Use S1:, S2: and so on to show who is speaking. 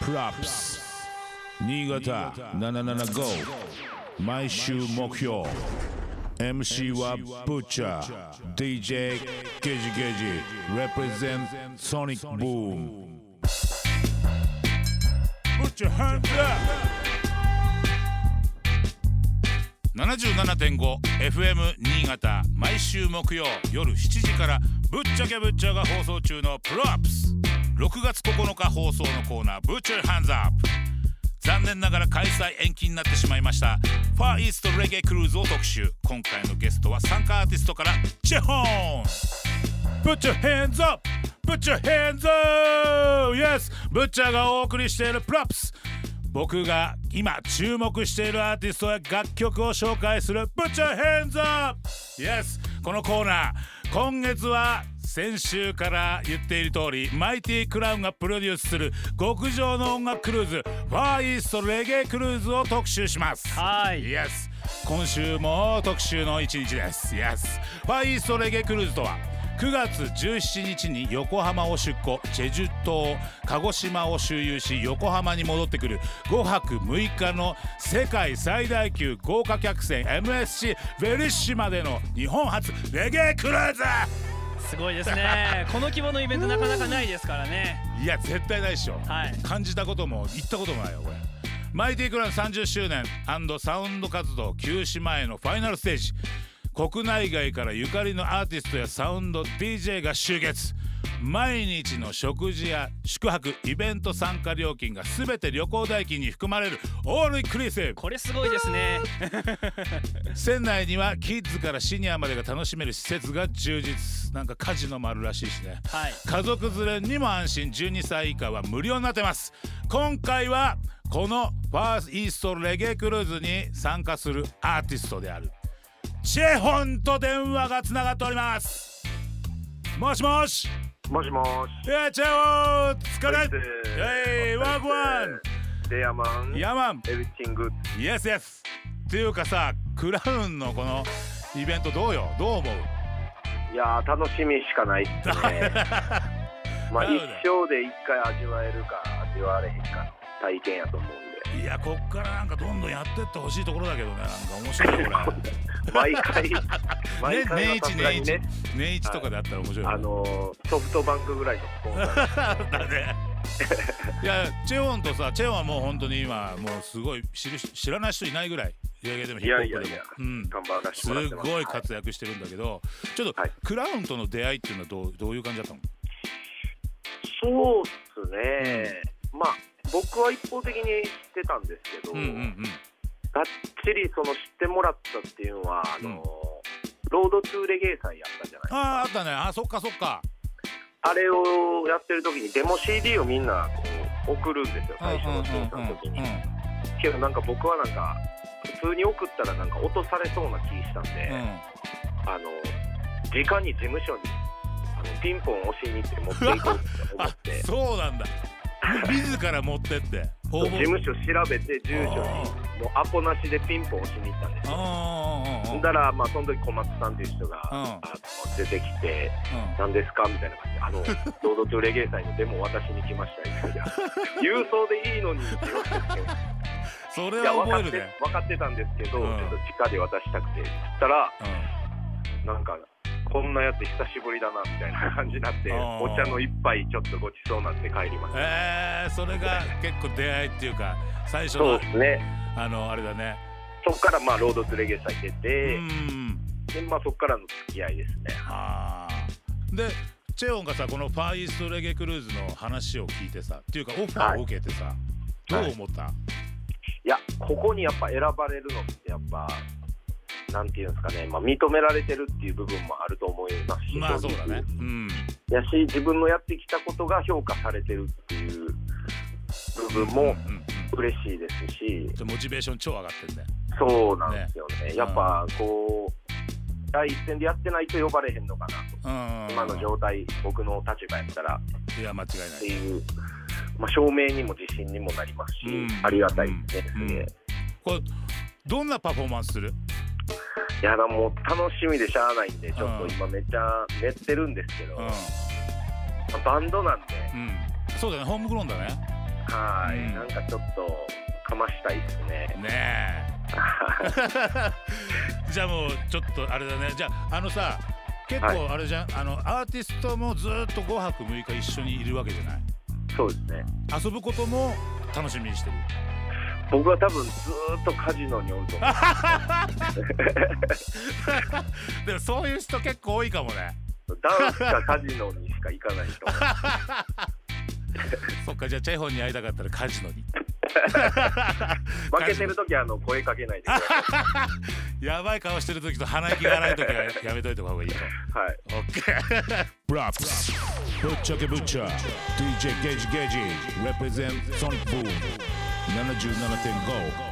S1: プラップス新潟775毎週目標 MC はブッチャー DJ ゲジゲジ represent ソニックブーム Put your hands up!
S2: 77.5FM 新潟毎週木曜夜7時から「ぶっちゃけぶっちゃ」が放送中の「プロアップス」6月9日放送のコーナー「ブッチャーハンズアップ」残念ながら開催延期になってしまいましたファーイーストレゲエクルーズを特集今回のゲストは参加アーティストからチェホーン Put your hands up! Put your hands up! Yes! ブッチャーがお送りしているプロップス僕が今注目しているアーティストや楽曲を紹介する Put your hands up! Yes! このコーナー今月は先週から言っている通りマイティクラウンがプロデュースする極上の音楽クルーズファーイーストレゲエクルーズを特集します
S3: はい
S2: イエス今週も特集の一日ですイエスファイーストレゲクルーズとは9月17日に横浜を出港チェジュ島鹿児島を周遊し横浜に戻ってくる5泊6日の世界最大級豪華客船 MSC ベリッシマでの日本初レゲエクルーズ
S3: すごいですねこの規模のイベントなかなかないですからね
S2: いや絶対ないでしょ、
S3: はい
S2: 感じたことも言ったこともないよこれマイティクラウン30周年サウンド活動休止前のファイナルステージ国内外からゆかりのアーティストやサウンド DJ が集結毎日の食事や宿泊イベント参加料金が全て旅行代金に含まれるオールインクリーシブ
S3: これすごいですね
S2: 船内にはキッズからシニアまでが楽しめる施設が充実なんかカジノもあるらしいしね
S3: はい
S2: 家族連れにも安心12歳以下は無料になってます今回はこのファースイーストレゲエクルーズに参加するアーティストであるチェホンと電話がつながっておりますもしもし
S4: もしもーし。
S2: いやチェホン疲れえいワークワン
S4: デアマン。
S2: ヤマン
S4: エビチング。
S2: イエスイエスっていうかさクラウンのこのイベントどうよどう思う
S4: いやー、楽しみしかないっすね。 まあ、
S2: なる
S4: 一
S2: ほど
S4: 生で一回味わえるか、味わわれへんかの体験やと思うん
S2: いやこっからなんかどんどんやってってほしいところだけどねなんか面白いよこれ。
S4: で。 毎回、毎
S2: ね、年
S4: 回はさ
S2: 一
S4: すが
S2: 年
S4: に
S2: 一、
S4: ね、
S2: 年一とかであったら面白いよね、
S4: あのー、ソフトバンクぐらいのスポンサー。
S2: だねいやチェウォンとさチェウォンはもう本当に今もうすごい知る知らない人いないぐらいいやいやでもヒ
S4: い
S2: ップホッ
S4: やいや
S2: プ
S4: い
S2: で
S4: や
S2: も、うん
S4: 頑張らせてもらっ
S2: す
S4: てます。
S2: ごい活躍してるんだけどちょっと
S4: はい
S2: クラウンとの出会いっていうのはどうどういう感じだったの
S4: そうっすね。まあ、僕は一方的に知ってたんですけど、
S2: うんうん
S4: がっちりその知ってもらったっていうのは、あのー
S2: うん
S4: ロードトゥーレゲエ祭やったじゃない
S2: あああったねあそっかそっか
S4: あれをやってる時にデモ CD をみんなこう送るんですよ最初の審査の時にけどなんか僕はなんか普通に送ったらなんか落とされそうな気したんで、
S2: うんうん
S4: あの時間に事務所にあのピンポン押しに行って持っていこうって思
S2: あ
S4: って
S2: そうなんだ自ら持ってって応
S4: 事
S2: 募
S4: 務所調べて住所にもうアポなしでピンポン押しに行ったんですよ
S2: あーうんうんうんうん
S4: だからまあその時小松さんっていう人が、
S2: うん
S4: あの出てきて
S2: うん
S4: 何ですかみたいな感じで、あの、ロードトゥレゲエ祭のデモを渡しに来ましたみたいな、 郵送でいいのにって言われて、
S2: それ
S4: いや、
S2: は
S4: 分
S2: 覚
S4: か
S2: え
S4: っ
S2: る
S4: て
S2: ね、
S4: 分かってたんですけど、
S2: うん
S4: ちょっと地下で渡したくて、つったら、なんか、こんなやつ久しぶりだなみたいな感じになって、
S2: あー
S4: お茶の一杯ちょっとごちそうになって帰りま
S2: うん
S4: した。
S2: えー、それが結構出会いっていうか最初
S4: そう
S2: の
S4: ですね。
S2: あのあれだね、
S4: そこからまあロードトゥレゲエ祭出て
S2: う、ん
S4: でまあそこからの付き合いですね。
S2: あーでチェオンがさこのファーイーストレゲクルーズの話を聞いてさっていうかオファーを受けてさ、どう思った、
S4: いや、ここにやっぱ選ばれるのって、やっぱ、なんていうんですかね、まあ、認められてるっていう部分もあると思いますし、
S2: まあそうだねうん
S4: 正直やし、自分のやってきたことが評価されてるっていう部
S2: う
S4: 分
S2: ん
S4: も
S2: うん
S4: 嬉しいですし、
S2: でモチベーション超上がってるね
S4: そうなんですよね、
S2: ね
S4: やっぱこう、第一線でやってないと呼ばれへんのかなと、
S2: うん
S4: 今の状態、僕の立場やったらっ
S2: いや間違いな
S4: て
S2: い
S4: いう、まあ、証明にも自信にもなりますし、
S2: うん
S4: ありがたいですね、
S2: うん
S4: すげえ
S2: これどんなパフォーマンスする
S4: いやだもう楽しみでしゃあないんでちょっと今めっちゃ練ってるんですけど、
S2: うん、
S4: バンドなんで、
S2: うん、そうだねホームグローンだね
S4: はい、
S2: うん
S4: なんかちょっとかましたいですね
S2: ねえ じゃあもうちょっとあれだねじゃああのさ結構あれじゃん、あのアーティストもずっと5泊6日一緒にいるわけじゃない
S4: そうですね
S2: 遊ぶことも楽しみにしてる
S4: 僕は多分ずーっとカジノにおると思う
S2: でもそういう人結構多いかもね
S4: ダンスかカジノにしか行かないと思
S2: そっかじゃあチェホンに会いたかったらカジノに
S4: う 負けてる時はあの声かけないでくださ
S2: やばい顔してる時と鼻息が荒い時はやめといた方がいいと
S4: い、はい、
S2: オッ ケー
S1: Props. Butcher ke Butcher. DJ Gage Gage. Represent Sonic Boom. 77.5